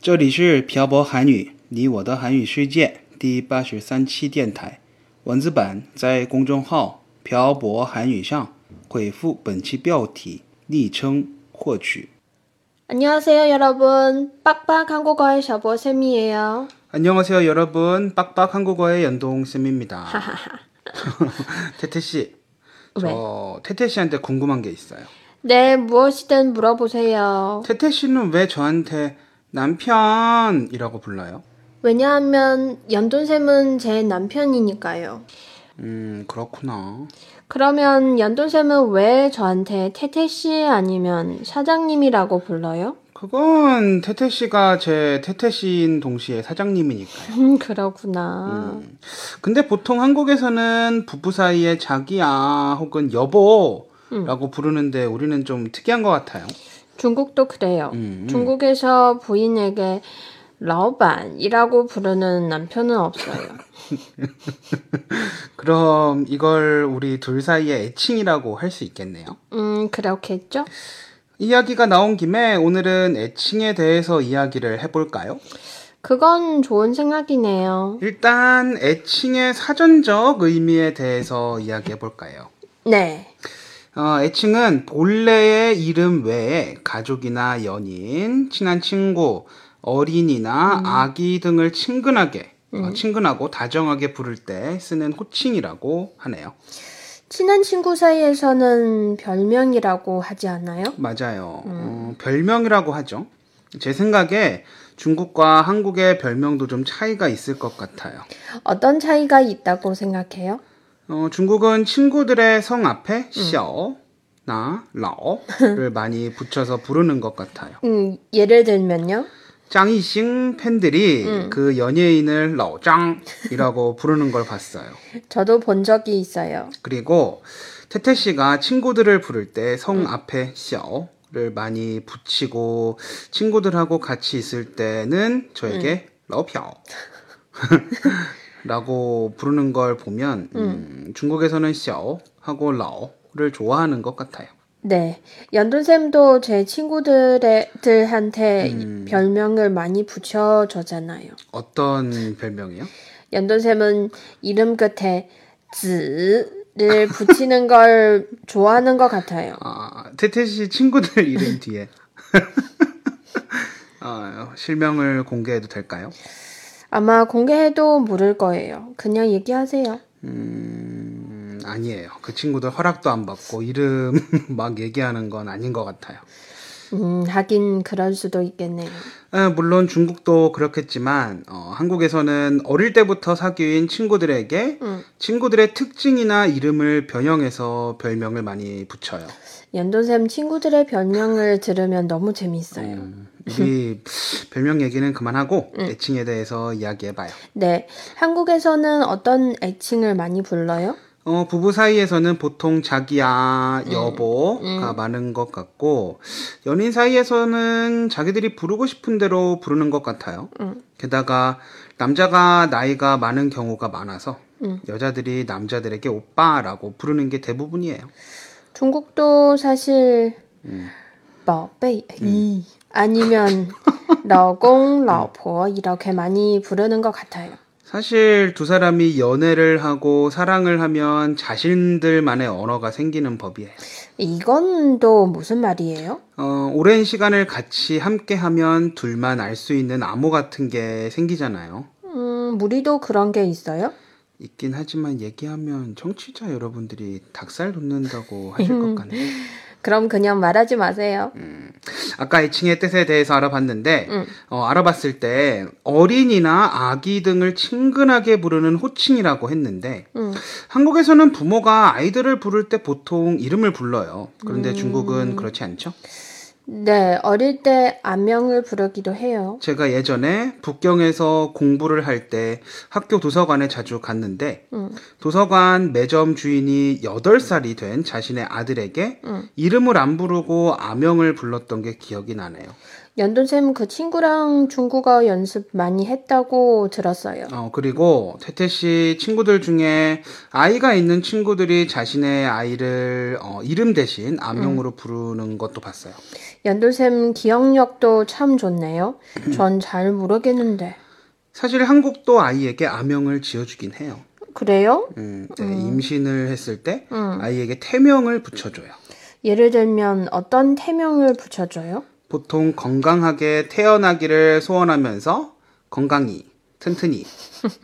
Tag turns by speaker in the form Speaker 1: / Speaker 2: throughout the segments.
Speaker 1: 这里是漂泊韩语，你我的韩语世界第八十三期电台，文字版在公众号“漂泊韩语”上回复本期标题昵称获取。
Speaker 2: 안녕하세요 여러분, 빡빡 한국어의 샤보 쌤이에요.
Speaker 1: 안녕하세요, 여러분. 빡빡 한국어의 연동 쌤입니다. 태태 씨, 저 태태 씨한테 궁금한 게 있어요.
Speaker 2: 네 무엇이든 물어보세요.
Speaker 1: 태태 씨는 왜 저한테 남편이라고 불러요?
Speaker 2: 왜냐하면 연돈 쌤은 제 남편이니까요.
Speaker 1: 음, 그렇구나.
Speaker 2: 그러면 연돈 쌤은 왜 저한테 태태 씨 아니면 사장님이라고 불러요?
Speaker 1: 그건 태태 씨가 제 태태 씨인 동시에 사장님이니까요.
Speaker 2: 음 그러구나.
Speaker 1: 음. 근데 보통 한국에서는 부부 사이에 자기야 아 혹은 여보라고 부르는데 우리는 좀 특이한 것 같아요.
Speaker 2: 중국도 그래요.
Speaker 1: 음, 음.
Speaker 2: 중국에서 부인에게 라오반이라고 부르는 남편은 없어요.
Speaker 1: 그럼 이걸 우리 둘 사이의 애칭이라고 할 수 있겠네요.
Speaker 2: 음, 그렇겠죠?
Speaker 1: 이야기가 나온 김에 오늘은 애칭에 대해서 이야기를 해볼까요?
Speaker 2: 그건 좋은 생각이네요.
Speaker 1: 일단 애칭의 사전적 의미에 대해서 이야기해볼까요?
Speaker 2: 네.
Speaker 1: 어, 애칭은 본래의 이름 외에 가족이나 연인, 친한 친구, 어린이나 아기 등을 친근하게, 어, 친근하고 다정하게 부를 때 쓰는 호칭이라고 하네요.
Speaker 2: 친한 친구 사이에서는 별명이라고 하지 않나요?
Speaker 1: 맞아요. 어, 별명이라고 하죠. 제 생각에 중국과 한국의 별명도 좀 차이가 있을 것 같아요.
Speaker 2: 어떤 차이가 있다고 생각해요?
Speaker 1: 어, 중국은 친구들의 성 앞에 셔, 나, 라오를 많이 붙여서 부르는 것 같아요.
Speaker 2: 음, 예를 들면요.
Speaker 1: 짱이싱 팬들이 그 연예인을 러짱이라고 부르는 걸 봤어요.
Speaker 2: 저도 본 적이 있어요.
Speaker 1: 그리고 태태 씨가 친구들을 부를 때 성 앞에 셔를 많이 붙이고 친구들하고 같이 있을 때는 저에게 러펴 라고 부르는 걸 보면 음, 중국에서는 셔하고 러를 좋아하는 것 같아요.
Speaker 2: 네. 연돈쌤도 제 친구들한테 별명을 많이 붙여주잖아요.
Speaker 1: 어떤 별명이요?
Speaker 2: 연돈쌤은 이름 끝에 즈를 붙이는 걸 좋아하는 것 같아요.
Speaker 1: 아, 태태 씨 친구들 이름 뒤에 아, 실명을 공개해도 될까요?
Speaker 2: 아마 공개해도 모를 거예요. 그냥 얘기하세요.
Speaker 1: 음, 아니에요. 그 친구들 허락도 안 받고 이름 막 얘기하는 건 아닌 것 같아요.
Speaker 2: 음, 하긴 그럴 수도 있겠네요.
Speaker 1: 아, 물론 중국도 그렇겠지만 어, 한국에서는 어릴 때부터 사귀인 친구들에게
Speaker 2: 음.
Speaker 1: 친구들의 특징이나 이름을 변형해서 별명을 많이 붙여요.
Speaker 2: 연돈쌤 친구들의 별명을 들으면 너무 재밌어요.
Speaker 1: 음, 우리 별명 얘기는 그만하고 애칭에 대해서 이야기해봐요.
Speaker 2: 네. 한국에서는 어떤 애칭을 많이 불러요?
Speaker 1: 어, 부부 사이에서는 보통 자기야, 아, 여보가 많은 것 같고, 연인 사이에서는 자기들이 부르고 싶은 대로 부르는 것 같아요. 게다가, 남자가 나이가 많은 경우가 많아서, 여자들이 남자들에게 오빠라고 부르는 게 대부분이에요.
Speaker 2: 중국도 사실 뭐베이 아니면 러공, 러포 이렇게 많이 부르는 것 같아요.
Speaker 1: 사실 두 사람이 연애를 하고 사랑을 하면 자신들만의 언어가 생기는 법이에요.
Speaker 2: 이건 또 무슨 말이에요?
Speaker 1: 어, 오랜 시간을 같이 함께 하면 둘만 알 수 있는 암호 같은 게 생기잖아요.
Speaker 2: 음, 우리도 그런 게 있어요?
Speaker 1: 있긴 하지만 얘기하면 청취자 여러분들이 닭살 돋는다고 하실 것 같네요.
Speaker 2: 그럼 그냥 말하지 마세요.
Speaker 1: 아까 애칭의 뜻에 대해서 알아봤는데 어, 알아봤을 때 어린이나 아기 등을 친근하게 부르는 호칭이라고 했는데
Speaker 2: 음.
Speaker 1: 한국에서는 부모가 아이들을 부를 때 보통 이름을 불러요. 그런데 중국은 그렇지 않죠?
Speaker 2: 네, 어릴 때 안명을 부르기도 해요.
Speaker 1: 제가 예전에 북경에서 공부를 할 때 학교 도서관에 자주 갔는데 도서관 매점 주인이 8살이 된 자신의 아들에게 이름을 안 부르고 아명을 불렀던 게 기억이 나네요.
Speaker 2: 연돈쌤 그 친구랑 중국어 연습 많이 했다고 들었어요.
Speaker 1: 어, 그리고 태태 씨 친구들 중에 아이가 있는 친구들이 자신의 아이를 어, 이름 대신 암명으로 부르는 것도 봤어요.
Speaker 2: 연돈쌤 기억력도 참 좋네요. 전 잘 모르겠는데.
Speaker 1: 사실 한국도 아이에게 암명을 지어주긴 해요.
Speaker 2: 그래요?
Speaker 1: 음, 네, 임신을 했을 때 아이에게 태명을 붙여줘요.
Speaker 2: 예를 들면 어떤 태명을 붙여줘요?
Speaker 1: 보통 건강하게 태어나기를 소원하면서 건강히, 튼튼히,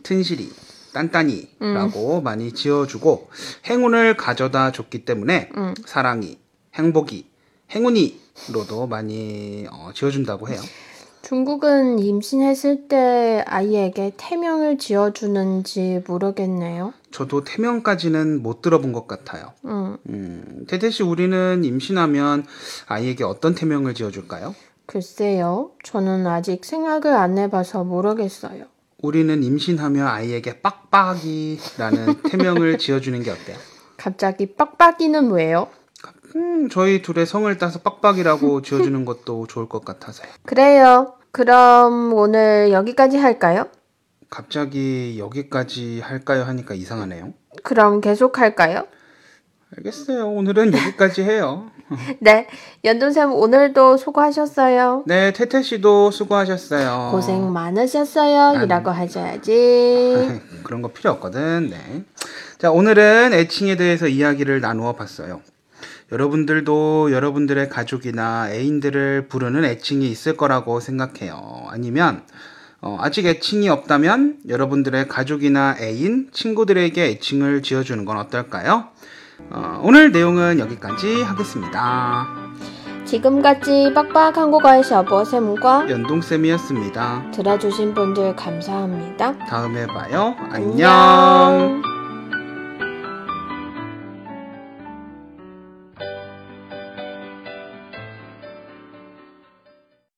Speaker 1: 튼실히, 딴딴히 라고 많이 지어주고 행운을 가져다 줬기 때문에 사랑이, 행복이, 행운이로도 많이 어, 지어준다고 해요.
Speaker 2: 중국은 임신했을 때 아이에게 태명을 지어주는지 모르겠네요.
Speaker 1: 저도 태명까지는 못 들어본 것 같아요.
Speaker 2: 음,
Speaker 1: 음, 태태 씨 우리는 임신하면 아이에게 어떤 태명을 지어줄까요?
Speaker 2: 글쎄요. 저는 아직 생각을 안 해봐서 모르겠어요.
Speaker 1: 우리는 임신하면 아이에게 빡빡이라는 태명을 지어주는 게 어때요?
Speaker 2: 갑자기 빡빡이는 왜요?
Speaker 1: 음, 저희 둘의 성을 따서 빡빡이라고 지어주는 것도 좋을 것 같아서요.
Speaker 2: 그래요. 그럼 오늘 여기까지 할까요?
Speaker 1: 갑자기 여기까지 할까요 하니까 이상하네요.
Speaker 2: 그럼 계속 할까요?
Speaker 1: 알겠어요. 오늘은 여기까지 해요.
Speaker 2: 네. 연돈쌤 오늘도 수고하셨어요.
Speaker 1: 네, 태태 씨도 수고하셨어요.
Speaker 2: 고생 많으셨어요. 이라고 하셔야지.
Speaker 1: 그런 거 필요 없거든. 네. 자, 오늘은 애칭에 대해서 이야기를 나누어 봤어요. 여러분들도 여러분들의 가족이나 애인들을 부르는 애칭이 있을 거라고 생각해요. 아니면 어, 아직 애칭이 없다면 여러분들의 가족이나 애인, 친구들에게 애칭을 지어주는 건 어떨까요? 어, 오늘 내용은 여기까지 하겠습니다.
Speaker 2: 지금까지 빡빡한 국어의 샤버쌤과
Speaker 1: 예. 연동쌤이었습니다.
Speaker 2: 들어주신 분들 감사합니다.
Speaker 1: 다음에 봐요. 안녕.